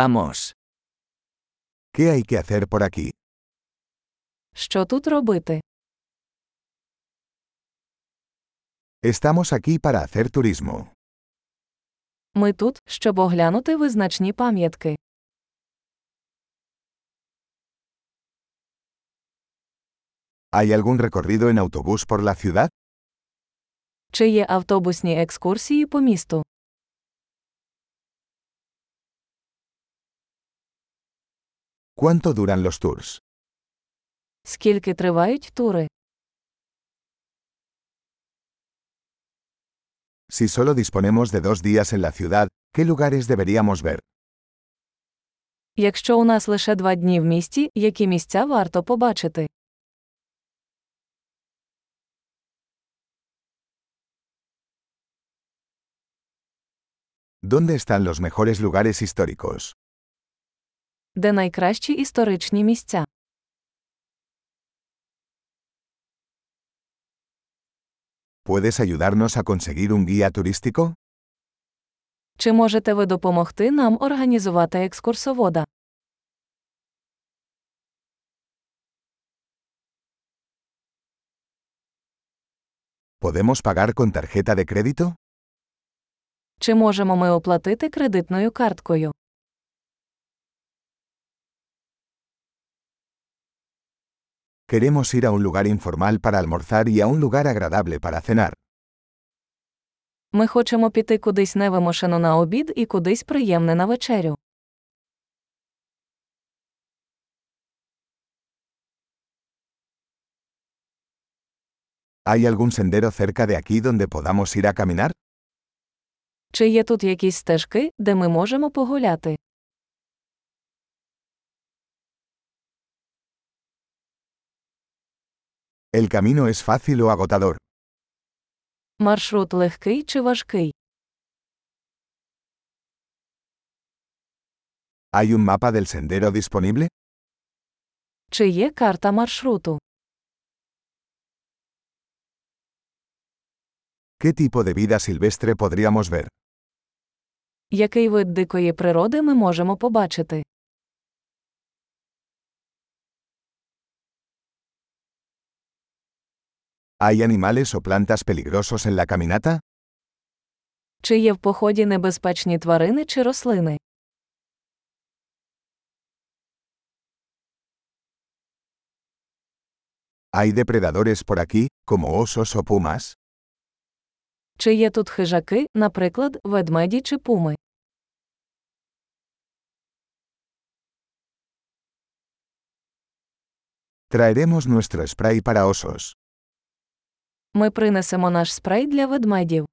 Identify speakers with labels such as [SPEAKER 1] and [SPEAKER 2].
[SPEAKER 1] Vamos.
[SPEAKER 2] ¿Qué hay que hacer por aquí?
[SPEAKER 3] Що тут робити?
[SPEAKER 2] Estamos aquí para hacer turismo.
[SPEAKER 3] Ми тут, щоб оглянути визначні пам'ятки.
[SPEAKER 2] ¿Hay algún recorrido en autobús por la ciudad?
[SPEAKER 3] Чи є автобусні екскурсії по місту?
[SPEAKER 2] ¿Cuánto duran los tours?
[SPEAKER 3] Скільки тривають тури?
[SPEAKER 2] Si solo disponemos de dos días en la ciudad, ¿qué lugares deberíamos ver?
[SPEAKER 3] Якщо у нас лише два дні в місті, які місця варто побачити?
[SPEAKER 2] ¿Dónde están los mejores lugares históricos?
[SPEAKER 3] Де найкращі історичні місця?
[SPEAKER 2] ¿Puedes ayudarnos a conseguir un guía turístico?
[SPEAKER 3] Чи можете ви допомогти нам організувати екскурсовода?
[SPEAKER 2] ¿Podemos pagar con tarjeta de crédito?
[SPEAKER 3] Чи можемо ми оплатити кредитною карткою?
[SPEAKER 2] Queremos ir a un lugar informal para almorzar y a un lugar agradable para cenar.
[SPEAKER 3] Ми хочемо піти кудись невимушено на обід і кудись приємне на вечерю.
[SPEAKER 2] ¿Hay algún sendero cerca de aquí donde podamos ir a caminar?
[SPEAKER 3] Чи є тут якісь стежки, де ми можемо погуляти?
[SPEAKER 2] ¿El camino es fácil o agotador?
[SPEAKER 3] Маршрут легкий чи важкий?
[SPEAKER 2] ¿Hay un mapa del sendero disponible?
[SPEAKER 3] Чи є карта маршруту?
[SPEAKER 2] ¿Qué tipo de vida silvestre podríamos ver?
[SPEAKER 3] Який вид дикої природи ми можемо побачити?
[SPEAKER 2] ¿Hay animales o plantas peligrosos en la caminata?
[SPEAKER 3] Чи є в поході небезпечні тварини чи рослини?
[SPEAKER 2] ¿Hay depredadores por aquí, como osos o pumas?
[SPEAKER 3] Чи є тут хижаки, наприклад, ведмеді чи пуми?
[SPEAKER 2] Traeremos nuestro spray para osos.
[SPEAKER 3] Ми принесемо наш спрей для ведмедів.